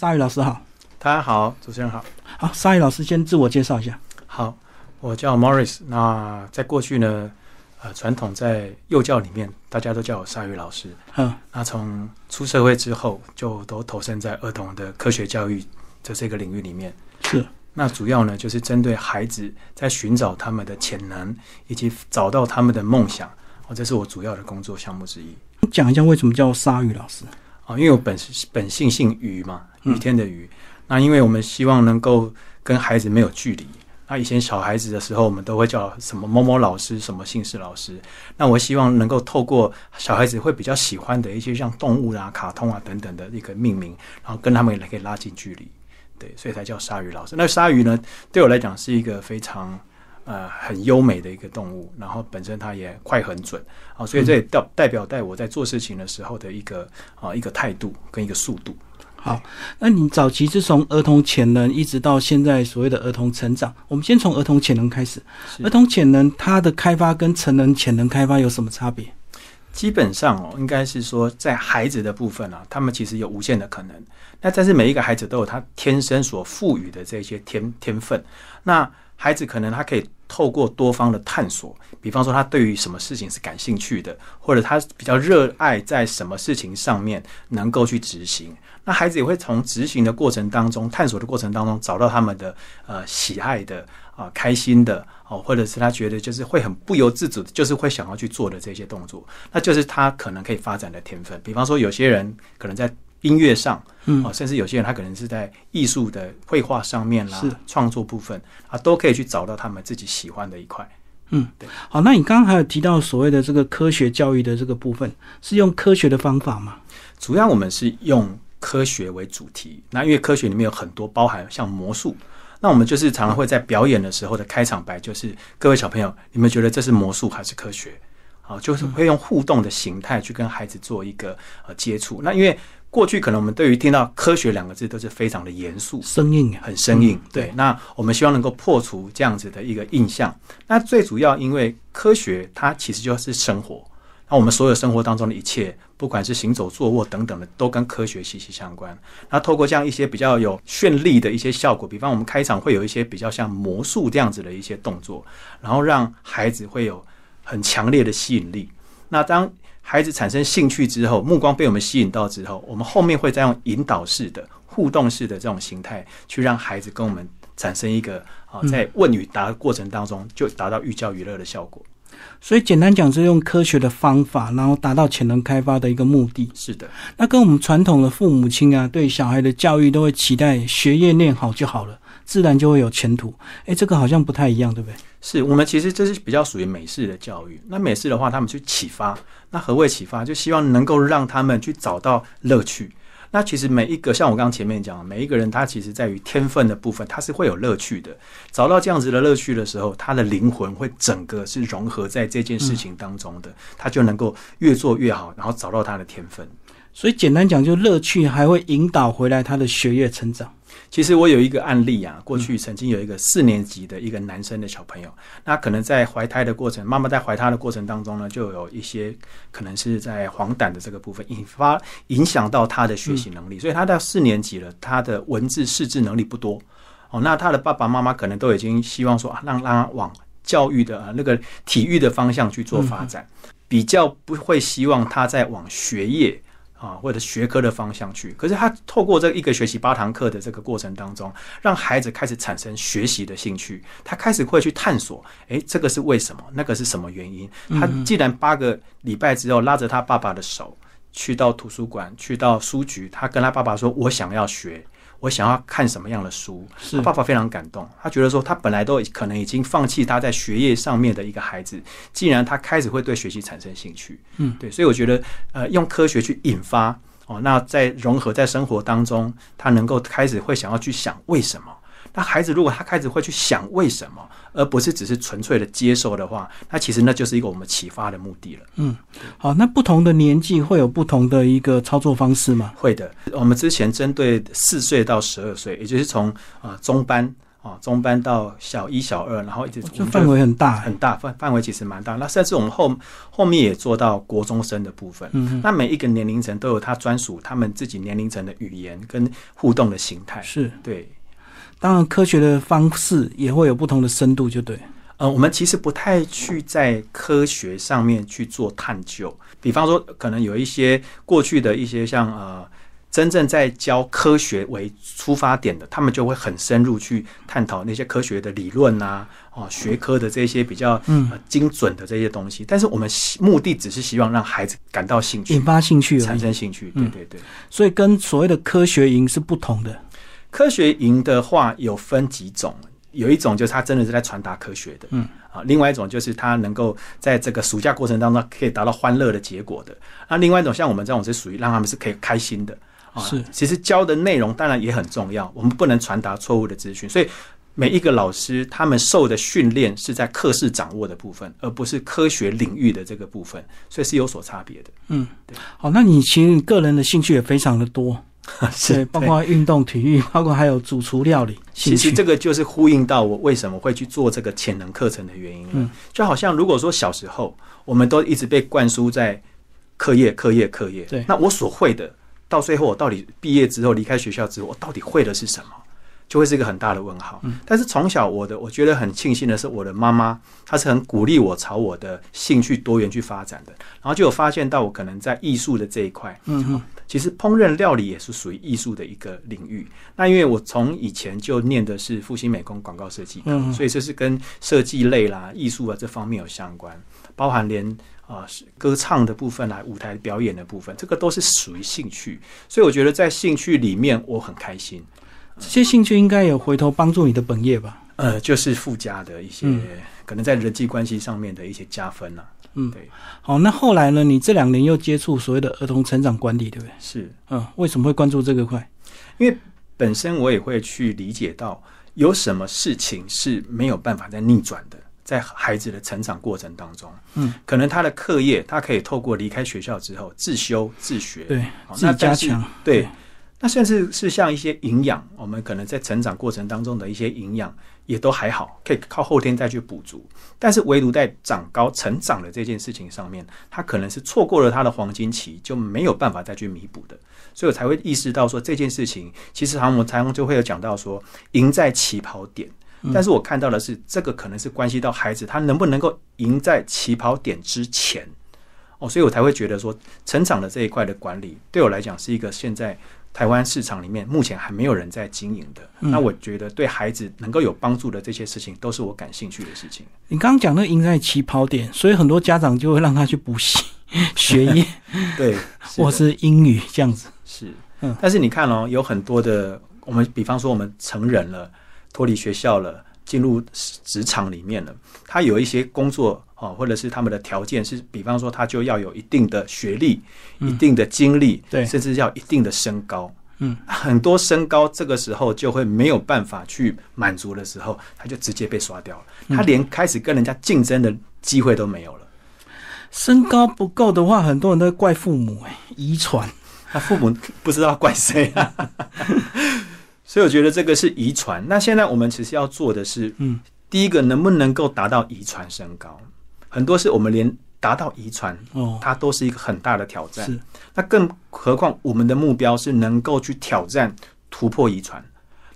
鲨鱼老师好，大家好，主持人好。好，鲨鱼老师先自我介绍一下。好，我叫 Morris。那在过去呢，呃，传统在幼教里面，大家都叫我鲨鱼老师。嗯，那从出社会之后，就都投身在儿童的科学教育的这个领域里面。是，那主要呢，就是针对孩子在寻找他们的潜能，以及找到他们的梦想。哦，这是我主要的工作项目之一。讲一下为什么叫鲨鱼老师？啊，因为我本本性姓于嘛，嗯雨天的雨。那因为我们希望能够跟孩子没有距离。那以前小孩子的时候，我们都会叫什么某某老师，什么姓氏老师。那我希望能够透过小孩子会比较喜欢的一些像动物啊、卡通啊等等的一个命名，然后跟他们也可以拉近距离。对，所以才叫鲨鱼老师。那鲨鱼呢，对我来讲是一个非常呃很优美的一个动物，然后本身它也快很准啊，所以这也代代表在我在做事情的时候的一个啊一个态度跟一个速度。好，那你早期是从儿童潜能一直到现在所谓的儿童成长，我们先从儿童潜能开始。是儿童潜能它的开发跟成人潜能开发有什么差别？基本上哦，应该是说在孩子的部分啊，他们其实有无限的可能。那但是每一个孩子都有他天生所赋予的这些天天分。那孩子可能他可以透过多方的探索，比方说他对于什么事情是感兴趣的，或者他比较热爱在什么事情上面能够去执行。那孩子也会从执行的过程当中、探索的过程当中找到他们的呃喜爱的啊、开心的哦，或者是他觉得就是会很不由自主的，就是会想要去做的这些动作，那就是他可能可以发展的天分。比方说，有些人可能在音乐上，嗯哦，甚至有些人他可能是在艺术的绘画上面啦是、创作部分啊，都可以去找到他们自己喜欢的一块。嗯对，好，那你刚刚还有提到所谓的这个科学教育的这个部分，是用科学的方法吗？主要我们是用科学为主题，那因为科学里面有很多包含像魔术，那我们就是常常会在表演的时候的开场白就是各位小朋友，你们觉得这是魔术还是科学？好，嗯就是会用互动的形态去跟孩子做一个呃接触。那因为过去可能我们对于听到科学两个字都是非常的严肃，生硬啊，很生硬嗯。对，那我们希望能够破除这样子的一个印象。那最主要，因为科学它其实就是生活，那我们所有生活当中的一切，不管是行走、坐卧等等的，都跟科学息息相关。那透过这样一些比较有绚丽的一些效果，比方我们开场会有一些比较像魔术这样子的一些动作，然后让孩子会有很强烈的吸引力。那当孩子产生兴趣之后，目光被我们吸引到之后，我们后面会再用引导式的、互动式的这种形态，去让孩子跟我们产生一个啊，在问与答的过程当中，就达到寓教于乐的效果。所以简单讲是用科学的方法，然后达到潜能开发的一个目的。是的，那跟我们传统的父母亲啊，对小孩的教育都会期待学业念好就好了，自然就会有前途。诶，这个好像不太一样，对不对？是我们其实这是比较属于美式的教育。那美式的话，他们去启发，那何谓启发？就希望能够让他们去找到乐趣。那其实每一个，像我刚刚前面讲的，每一个人他其实在于天分的部分，他是会有乐趣的。找到这样子的乐趣的时候，他的灵魂会整个是融合在这件事情当中的，他就能够越做越好，然后找到他的天分。所以简单讲，就乐趣还会引导回来他的学业成长。其实我有一个案例啊，过去曾经有一个四年级的一个男生的小朋友，那可能在怀胎的过程，妈妈在怀他的过程当中呢，就有一些可能是在黄疸的这个部分引发影响到他的学习能力，所以他到四年级了，他的文字识字能力不多。哦，那他的爸爸妈妈可能都已经希望说啊，让让他往教育的、呃那个体育的方向去做发展，比较不会希望他再往学业啊或者学科的方向去。可是他透过这一个学习八堂课的这个过程当中，让孩子开始产生学习的兴趣，他开始会去探索，诶，这个是为什么？那个是什么原因？他既然八个礼拜之后拉着他爸爸的手。去到图书馆，去到书局，他跟他爸爸说：“我想要学，我想要看什么样的书。”是他爸爸非常感动，他觉得说他本来都可能已经放弃他在学业上面的一个孩子，既然他开始会对学习产生兴趣，嗯，对，所以我觉得呃，用科学去引发哦，那在融合在生活当中，他能够开始会想要去想为什么。那孩子如果他开始会去想为什么，而不是只是纯粹的接受的话，那其实那就是一个我们启发的目的了。好，那不同的年纪会有不同的一个操作方式吗？会的，我们之前针对四岁到十二岁，也就是从呃中班。哦，中班到小一、小二，然后一直哦这范围很大、很大，范范围其实蛮大。那甚至我们后后面也做到国中生的部分。嗯那每一个年龄层都有他专属他们自己年龄层的语言跟互动的形态。是。对，当然，科学的方式也会有不同的深度，就对。呃，我们其实不太去在科学上面去做探究，比方说，可能有一些过去的一些像呃，真正在教科学为出发点的，他们就会很深入去探讨那些科学的理论呐、哦，学科的这些比较嗯呃精准的这些东西。但是我们希目的只是希望让孩子感到兴引趣，发兴趣而产已，生兴趣。对嗯对对。所以跟所谓的科学营是不同的。科学营的话有分几种，有一种就是它真的是在传达科学的，嗯啊，另外一种就是它能够在这个暑假过程当中可以达到欢乐的结果的，那另外一种像我们这种是属于让他们是可以开心的。啊是其实教的内容当然也很重要，我们不能传达错误的资讯，所以每一个老师他们受的训练是在课室掌握的部分，而不是科学领域的这个部分，所以是有所差别的。嗯对，好，那你其实你个人的兴趣也非常的多， 对，包括运动、体育，包括还有主厨料理兴其实趣。这个就是呼应到我为什么会去做这个潜能课程的原因了。嗯就好像如果说小时候我们都一直被灌输在课业、课业、课业，对那我所会的，到最后我到底毕业之后离开学校之后，我到底会的是什么？就会是一个很大的问号。嗯但是从小我的我觉得很庆幸的是，我的妈妈她是很鼓励我朝我的兴趣多元去发展的，然后就有发现到我可能在艺术的这一块，嗯嗯，其实烹饪料理也是属于艺术的一个领域。那因为我从以前就念的是复兴美工广告设计科，嗯所以这是跟设计类啦、艺术啊这方面有相关，包含连啊、呃是歌唱的部分啦、舞台表演的部分，这个都是属于兴趣。所以我觉得在兴趣里面我很开心，这些兴趣应该有回头帮助你的本业吧？呃，就是附加的一些、嗯可能在人际关系上面的一些加分啦、啊嗯对，好，那后来呢？你这两年又接触所谓的儿童成长管理，对不对？是。嗯，为什么会关注这个块？本身我也会去理解到，有什么事情是没有办法再逆转的，在孩子的成长过程当中，嗯，可能他的课业，他可以透过离开学校之后自修自学，对，好，自那己加但是强。对，那甚至是像一些营养，我们可能在成长过程当中的一些营养也都还好，可以靠后天再去补足。但是唯独在长高、成长的这件事情上面，他可能是错过了他的黄金期，就没有办法再去弥补的。所以我才会意识到说这件事情，其实好像我们常常就会有讲到说赢在起跑点。但是我看到的是，这个可能是关系到孩子他能不能够赢在起跑点之前哦，所以我才会觉得说，成长的这一块的管理对我来讲是一个现在台湾市场里面目前还没有人在经营的。嗯那我觉得对孩子能够有帮助的这些事情，都是我感兴趣的事情。你刚刚讲那赢在起跑点，所以很多家长就会让他去补习、 学 业对，或是英语这样子。是嗯，但是你看哦，有很多的，我们比方说我们成人了，脱离学校了，进入职场里面了，他有一些工作哦，或者是他们的条件是，比方说他就要有一定的学历、一定的经历，嗯对甚至要一定的身高。嗯， 很多身高这个时候就会没有办法去满足的时候，他就直接被刷掉了，嗯他连开始跟人家竞争的机会都没有了。身高不够的话，很多人都会怪父母、哎，遗传。他父母不知道怪谁啊。 所以我觉得这个是遗传。那现在我们其实要做的是，嗯，第一个能不能够达到遗传身高，很多是我们连达到遗传，哦，它都是一个很大的挑战。是，那更何况我们的目标是能够去挑战突破遗传。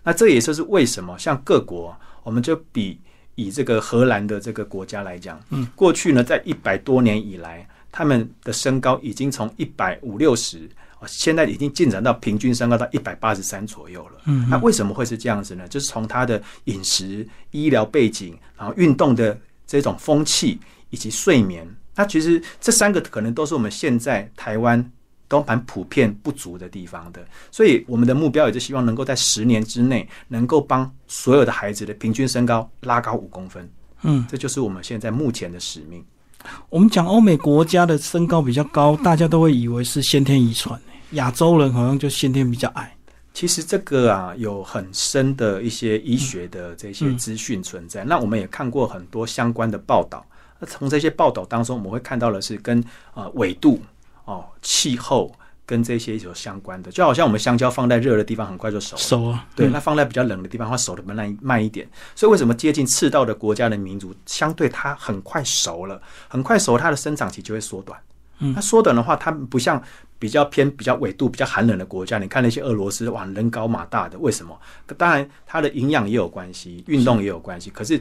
那这也就是为什么像各国，我们就比以这个荷兰的这个国家来讲，嗯，过去呢在一百多年以来，他们的身高已经从一百五六十。哦现在已经进展到平均身高到一百八十三左右了。嗯那为什么会是这样子呢？就是从他的饮食、医疗背景，然后运动的这种风气以及睡眠，那其实这三个可能都是我们现在台湾都蛮普遍不足的地方的。所以我们的目标也是希望能够在十年之内，能够帮所有的孩子的平均身高拉高五公分，嗯，这就是我们现在目前的使命。我们讲欧美国家的身高比较高，大家都会以为是先天遗传、哎亚洲人好像就先天比较矮。其实这个啊，有很深的一些医学的这些资讯存在。那我们也看过很多相关的报道。那从这些报道当中，我们会看到的是跟呃纬度、哦气候、跟这些有相关的，就好像我们香蕉放在热的地方很快就熟了，熟啊，对，嗯那放在比较冷的地方，它熟的慢慢一点。所以为什么接近赤道的国家的民族，相对它很快熟了，很快熟，它的生长期就会缩短。嗯它缩短的话，它不像比较偏比较纬度比较寒冷的国家，你看那些俄罗斯哇，人高马大的，为什么？当然它的营养也有关系，运动也有关嗯系，可是。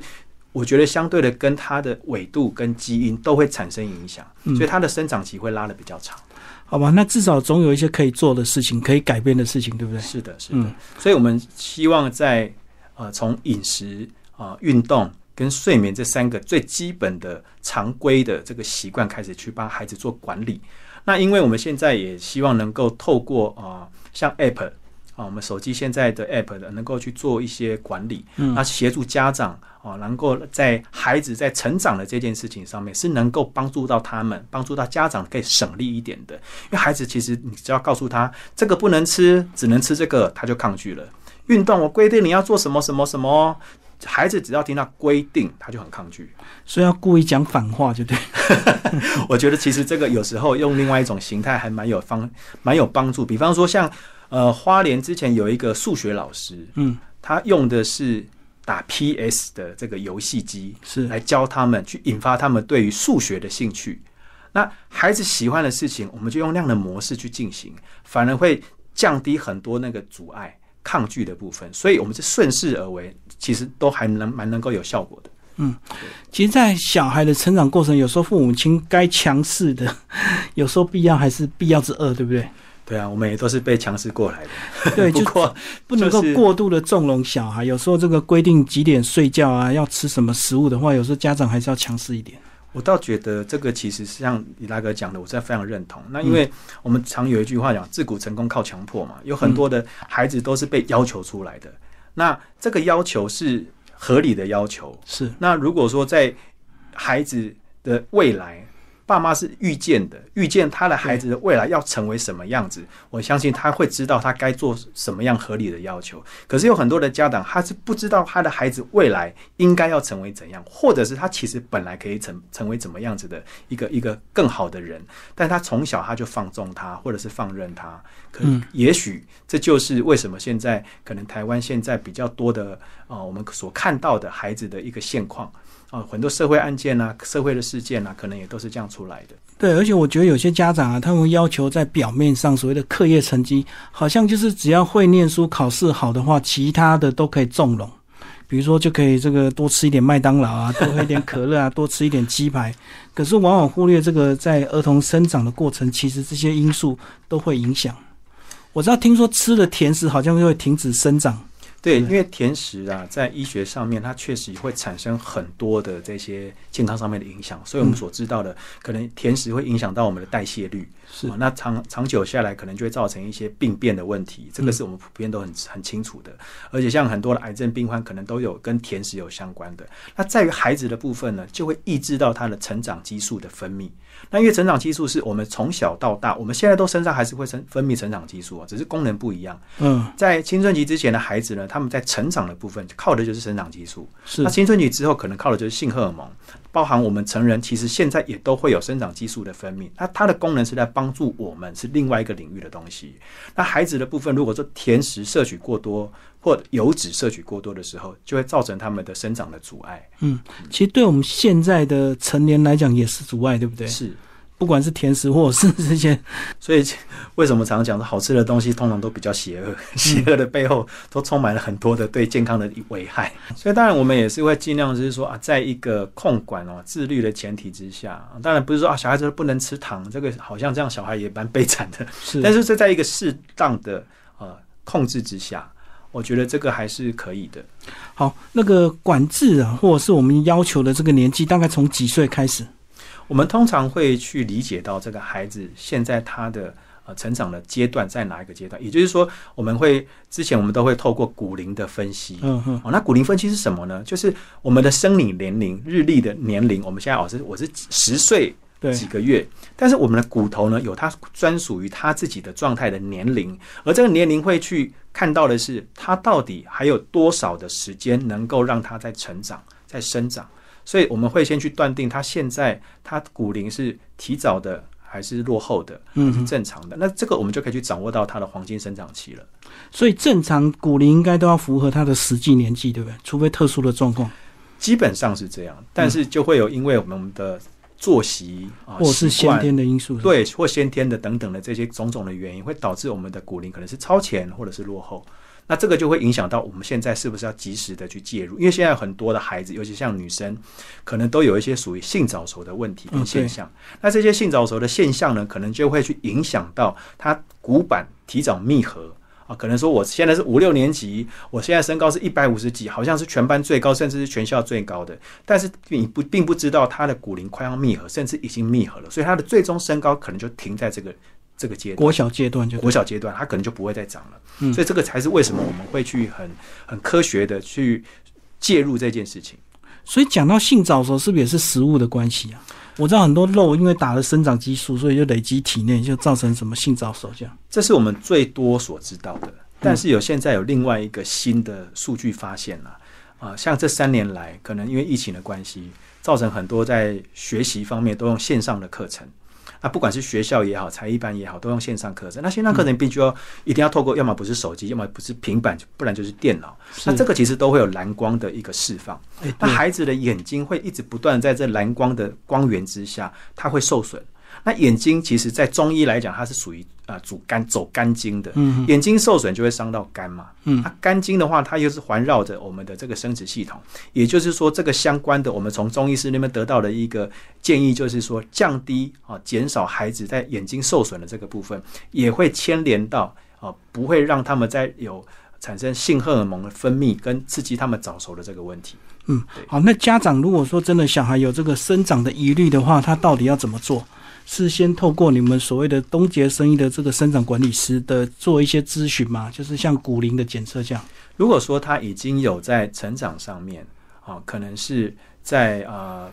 我觉得相对的，跟它的纬度跟基因都会产生影响，嗯所以它的生长期会拉的比较长。好吧，那至少总有一些可以做的事情，可以改变的事情，对不对？是的，是的。嗯所以我们希望在呃从饮食啊、呃运动跟睡眠这三个最基本的常规的这个习惯开始去帮孩子做管理。那因为我们现在也希望能够透过啊、呃像 App 啊、我们手机现在的 App 的能够去做一些管理，嗯那协助家长啊、能够在孩子在成长的这件事情上面是能够帮助到他们，帮助到家长可以省力一点的。因为孩子其实你只要告诉他这个不能吃，只能吃这个，他就抗拒了。运动我规定你要做什么什么什么哦，孩子只要听到规定，他就很抗拒。所以要故意讲反话，就对。我觉得其实这个有时候用另外一种形态还蛮有方蛮有帮助。比方说像呃花莲之前有一个数学老师，嗯，他用的是打 PS 的这个游戏机，是来教他们去引发他们对于数学的兴趣。那孩子喜欢的事情，我们就用那样的模式去进行，反而会降低很多那个阻碍、抗拒的部分。所以，我们是顺势而为，其实都还能蛮能够有效果的。其实，在小孩的成长过程，有时候父母亲该强势的，有时候必要还是必要之二，对不 对？对啊，我们也都是被强势过来的。 对，不就过不能够就是过度的纵容小孩。有时候这个规定几点睡觉啊，要吃什么食物的话，有时候家长还是要强势一点。我倒觉得这个其实是像李大哥讲的，我是非常认同。那因为我们常有一句话讲“自古成功靠强迫”嘛，有很多的孩子都是被要求出来的。那这个要求是合理的要求。是，那如果说在孩子的未来，爸妈是预见的，预见他的孩子的未来要成为什么样子，我相信他会知道他该做什么样合理的要求。可是有很多的家长，他是不知道他的孩子未来应该要成为怎样，或者是他其实本来可以成成为怎么样子的一个一个更好的人，但他从小他就放纵他，或者是放任他。可嗯也许这就是为什么现在可能台湾现在比较多的啊、呃我们所看到的孩子的一个现况。啊、很多社会案件啊，社会的事件啊，可能也都是这样出来的。对。而且我觉得有些家长啊，他们要求在表面上所谓的课业成绩，好像就是只要会念书、考试好的话，其他的都可以纵容。比如说，就可以这个多吃一点麦当劳啊，多喝一点可乐啊，多吃一点鸡排。可是往往忽略这个在儿童生长的过程，其实这些因素都会影响。我知道，听说吃了甜食好像就会停止生长。对对，因为甜食啊，在医学上面，它确实会产生很多的这些健康上面的影响，所以我们所知道的，可能甜食会影响到我们的代谢率，是啊那长长久下来，可能就会造成一些病变的问题，这个是我们普遍都很很清楚的。而且像很多的癌症病患，可能都有跟甜食有相关的。那在于孩子的部分呢，就会抑制到他的成长激素的分泌。那因为成长激素是我们从小到大，我们现在都身上还是会分分泌成长激素啊，只是功能不一样。嗯，在青春期之前的孩子呢，他们在成长的部分靠的就是生长激素。是那青春期之后，可能靠的就是性荷尔蒙，包含我们成人其实现在也都会有生长激素的分泌。那它的功能是在帮助我们，是另外一个领域的东西。那孩子的部分，如果说甜食摄取过多或油脂摄取过多的时候，就会造成他们的生长的阻碍。嗯，其实对我们现在的成年来讲也是阻碍，对不对？是，不管是甜食或者是这些，所以为什么常讲说好吃的东西通常都比较邪恶，邪恶的背后都充满了很多的对健康的危害。所以当然我们也是会尽量就是说啊，在一个控管哦、自律的前提之下，当然不是说啊小孩子不能吃糖，这个好像这样小孩也蛮悲惨的。是但是这在一个适当的呃控制之下，我觉得这个还是可以的。好，那个管制啊，或者是我们要求的这个年纪，大概从几岁开始？我们通常会去理解到这个孩子现在他的呃成长的阶段在哪一个阶段，也就是说，我们会之前我们都会透过骨龄的分析。嗯哼，哦，那骨龄分析是什么呢？就是我们的生理年龄、日历的年龄。我们现在哦是我是十岁对，几个月，但是我们的骨头呢有它专属于它自己的状态的年龄，而这个年龄会去看到的是它到底还有多少的时间能够让它在成长、在生长，所以我们会先去断定它现在它骨龄是提早的。还是落后的，还是嗯，正常的。那这个我们就可以去掌握到它的黄金生长期了。所以正常骨龄应该都要符合他的实际年纪，对不对？除非特殊的状况，基本上是这样，但是就会有因为我们的作息啊、或者是习先惯天的因素。，对或先天的等等的这些种种的原因，会导致我们的骨龄可能是超前或者是落后。那这个就会影响到我们现在是不是要及时的去介入，因为现在有很多的孩子，尤其像女生，可能都有一些属于性早熟的问题嗯跟对现象。那这些性早熟的现象呢，可能就会去影响到她骨板提早密合。啊，可能说我现在是五六年级，我现在身高是一百五十几，好像是全班最高，甚至是全校最高的。但是你不并不知道他的骨龄快要密合，甚至已经密合了，所以他的最终身高可能就停在这个这个阶段。国小阶段就国小阶段，它可能就不会再长了。嗯所以这个才是为什么我们会去很很科学的去介入这件事情。所以讲到性早熟，是不是也是食物的关系啊？我知道很多肉因为打了生长激素，所以就累积体内，就造成什么性早熟这样。这是我们最多所知道的。但是有现在有另外一个新的数据发现了、啊，像这三年来，可能因为疫情的关系，造成很多在学习方面都用线上的课程。啊，不管是学校也好，才艺班也好，都用线上课程。那线上课程必须要、一定要透过，要么不是手机，要么不是平板，不然就是电脑。那这个其实都会有蓝光的一个释放。哎那对孩子的眼睛会一直不断在这蓝光的光源之下，它会受损。那眼睛其实，在中医来讲，它是属于啊主肝走肝经的，嗯眼睛受损就会伤到肝嘛。嗯它肝经的话，它又是环绕着我们的这个生殖系统，也就是说，这个相关的，我们从中医师那边得到的一个建议，就是说降低啊，减少孩子在眼睛受损的这个部分，也会牵连到啊，不会让他们在有产生性荷尔蒙的分泌跟刺激他们早熟的这个问题。嗯对，好，那家长如果说真的小孩有这个生长的疑虑的话，他到底要怎么做？是先透过你们所谓的东杰生意的这个生长管理师的做一些咨询嘛？就是像骨龄的检测这样。如果说他已经有在成长上面，啊、可能是在呃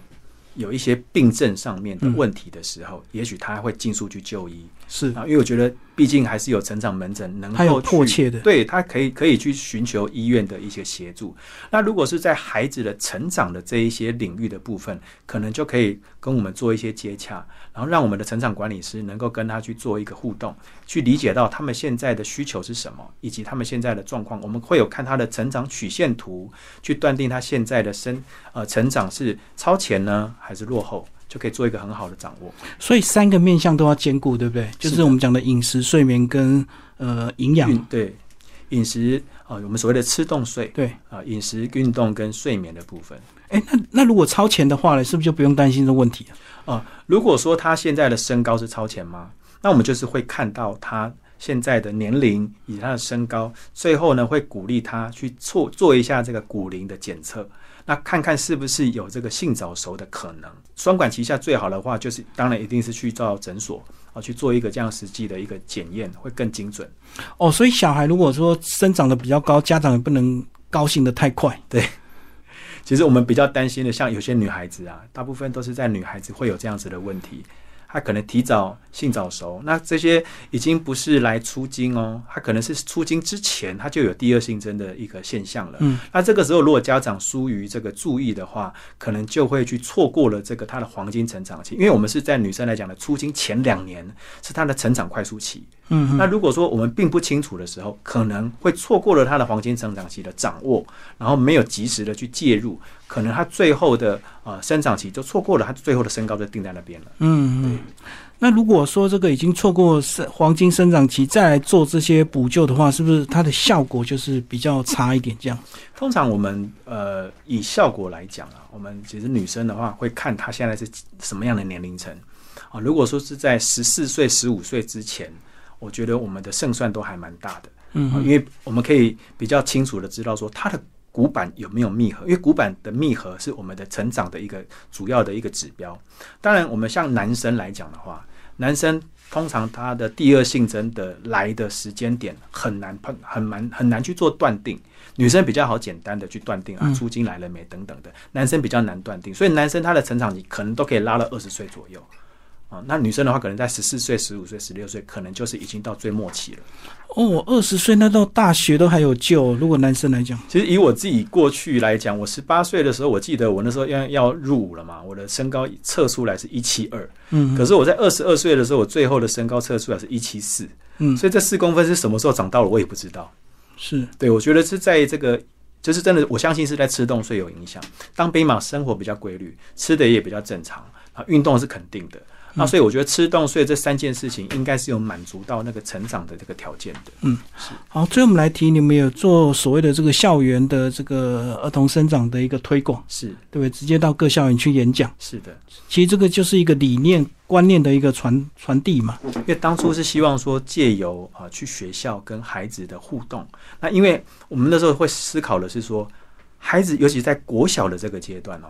有一些病症上面的问题的时候，也许他会尽速去就医是，啊，因为我觉得毕竟还是有成长门诊能他有够去迫切的对他可以可以去寻求医院的一些协助。那如果是在孩子的成长的这一些领域的部分，可能就可以跟我们做一些接洽，然后让我们的成长管理师能够跟他去做一个互动，去理解到他们现在的需求是什么，以及他们现在的状况。我们会有看他的成长曲线图，去断定他现在的生呃成长是超前呢还是落后，就可以做一个很好的掌握。所以三个面向都要兼顾，对不对？就是是的我们讲的饮食、睡眠跟呃营养运。对饮食啊、呃我们所谓的吃动睡对，啊、饮食、运动跟睡眠的部分。哎，那那如果超前的话呢，是不是就不用担心这问题了？啊，如果说他现在的身高是超前吗？那我们就是会看到他现在的年龄以及他的身高，最后呢会鼓励他去做做一下这个骨龄的检测，那看看是不是有这个性早熟的可能。双管齐下最好的话，就是当然一定是去到诊所啊去做一个这样实际的一个检验，会更精准。哦，所以小孩如果说生长的比较高，家长也不能高兴的太快。其实我们比较担心的，像有些女孩子啊，大部分都是在女孩子会有这样子的问题，她可能提早性早熟，那这些已经不是来出经哦，她可能是出经之前她就有第二性征的一个现象了。嗯，那这个时候如果家长疏于这个注意的话，可能就会去错过了这个她的黄金成长期，因为我们是在女生来讲的出经前两年是她的成长快速期。嗯哼那如果说我们并不清楚的时候，可能会错过了他的黄金成长期的掌握，然后没有及时的去介入，可能他最后的呃生长期就错过了，他最后的身高就定在那边了。嗯嗯。那如果说这个已经错过生黄金生长期，再来做这些补救的话，是不是它的效果就是比较差一点？这样，通常我们呃以效果来讲啊，我们其实女生的话会看她现在是什么样的年龄层啊。如果说是在十四岁、十五岁之前，我觉得我们的胜算都还蛮大的。嗯啊哼因为我们可以比较清楚的知道说它的骨板有没有密合，因为骨板的密合是我们的成长的一个主要的一个指标。当然，我们像男生来讲的话，男生通常他的第二性征的来的时间点很难碰，很难很难去做断定。女生比较好简单的去断定啊，嗯出经来了没等等的，男生比较难断定，所以男生他的成长你可能都可以拉到二十岁左右。啊、那女生的话，可能在十四岁、十五岁、十六岁，可能就是已经到最末期了。哦，我二十岁那到大学都还有救，如果男生来讲，其实以我自己过去来讲，我十八岁的时候，我记得我那时候要要入伍了嘛，我的身高测出来是一七二，嗯可是我在二十二岁的时候，我最后的身高测出来是一七四，嗯所以这四公分是什么时候长到了，我也不知道。是对，我觉得是在这个，就是真的，我相信是在吃东睡有影响。当兵嘛，生活比较规律，吃的也比较正常，啊，运动是肯定的。那所以我觉得吃动睡这三件事情，应该是有满足到那个成长的这个条件的。好。最后我们来提，你们有做所谓的这个校园的这个儿童生长的一个推广，是对不对？直接到各校园去演讲，是的，其实这个就是一个理念观念的一个传传递嘛。因为当初是希望说借由啊、呃去学校跟孩子的互动。那因为我们那时候会思考的是说，孩子尤其在国小的这个阶段哦，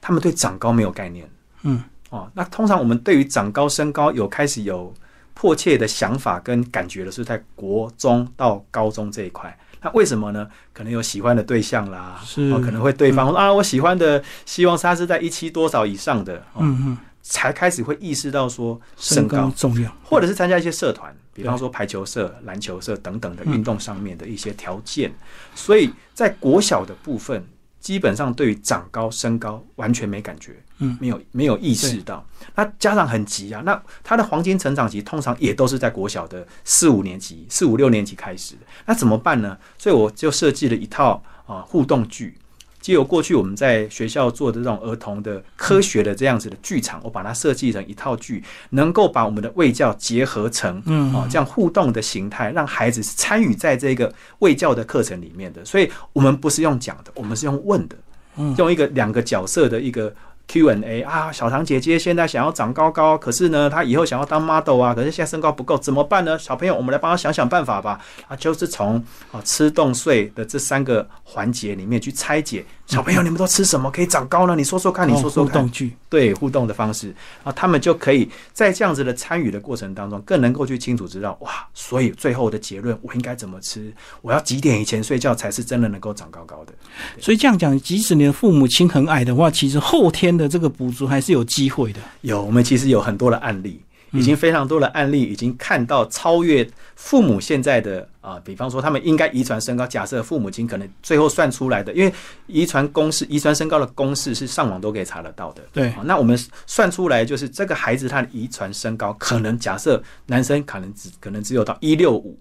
他们对长高没有概念。嗯哦，那通常我们对于长高、身高有开始有迫切的想法跟感觉的是在国中到高中这一块。那为什么呢？可能有喜欢的对象啦，是嗯哦、可能会对方、啊，我喜欢的，希望他是在一期多少以上的，哦嗯嗯，才开始会意识到说身身高高重要。或者是参加一些社团，比方对说排球社、篮球社等等的运动上面的一些条件。所以在国小的部分，基本上对于长高、身高完全没感觉，嗯没有没有意识到。那家长很急啊，那他的黄金成长期通常也都是在国小的四五年级、四五六年级开始的，那怎么办呢？所以我就设计了一套啊、互动剧。借由过去我们在学校做的这种儿童的科学的这样子的剧场，我把它设计成一套剧，能够把我们的卫教结合成嗯哦这样互动的形态，让孩子是参与在这个卫教的课程里面的。所以我们不是用讲的，我们是用问的嗯，用一个两个角色的一个 Q&A 啊，小唐姐姐现在想要长高高，可是呢，她以后想要当 model 啊，可是现在身高不够，怎么办呢？小朋友，我们来帮她想想办法吧。啊，就是从啊吃、动、睡的这三个环节里面去拆解，小朋友你们都吃什么可以长高呢？你说说看，你说说哦互看。动剧，对互动的方式，啊，他们就可以在这样子的参与的过程当中，更能够去清楚知道，哇，所以最后的结论我应该怎么吃，我要几点以前睡觉才是真的能够长高高的。所以这样讲，即使你的父母亲很矮的话，其实后天的这个补足还是有机会的。有，我们其实有很多的案例，已经非常多的案例已经看到超越父母现在的啊、比方说他们应该遗传身高，假设父母亲可能最后算出来的，因为遗传公式、遗传身高的公式是上网都可以查得到的。对好，那我们算出来就是这个孩子他的遗传身高，可能假设男生可能只可能只有到一六五，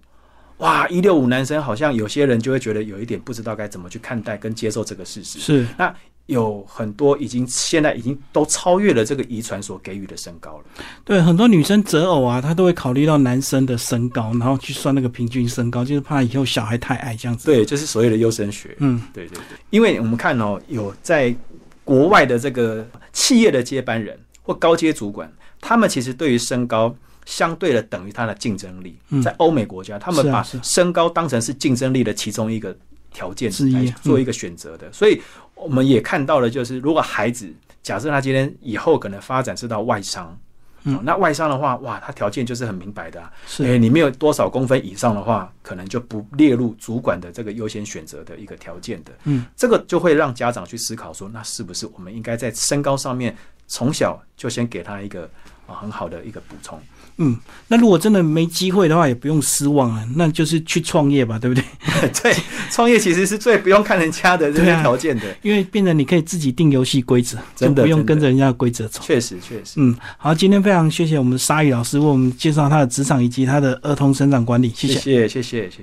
哇，一六五男生好像有些人就会觉得有一点不知道该怎么去看待跟接受这个事实。是那有很多已经现在已经都超越了这个遗传所给予的身高了。对，很多女生择偶啊，她都会考虑到男生的身高，然后去算那个平均身高，就是怕以后小孩太矮这样子。对，就是所谓的优生学。嗯，对对对，因为我们看哦，有在国外的这个企业的接班人或高阶主管，他们其实对于身高。相对的等于他的竞争力，嗯在欧美国家，他是们啊把是啊身高当成是竞争力的其中一个条件之一来嗯做一个选择的。所以我们也看到了，就是如果孩子假设他今天以后可能发展是到外商，嗯哦那外商的话，哇，他条件就是很明白的、啊，是诶，你没有多少公分以上的话，可能就不列入主管的这个优先选择的一个条件的。嗯，这个就会让家长去思考说，那是不是我们应该在身高上面从小就先给他一个啊很好的一个补 充？嗯，那如果真的没机会的话，也不用失望啊，那就是去创业吧，对不对？对，创业其实是最不用看人家的这对些啊条件的，因为变成你可以自己定游戏规则，就真的不用真的跟着人家的规则走。确实确实。嗯，好，今天非常谢谢我们鲨鱼老师为我们介绍他的职场以及他的儿童生长管理，谢谢。谢谢谢谢谢谢。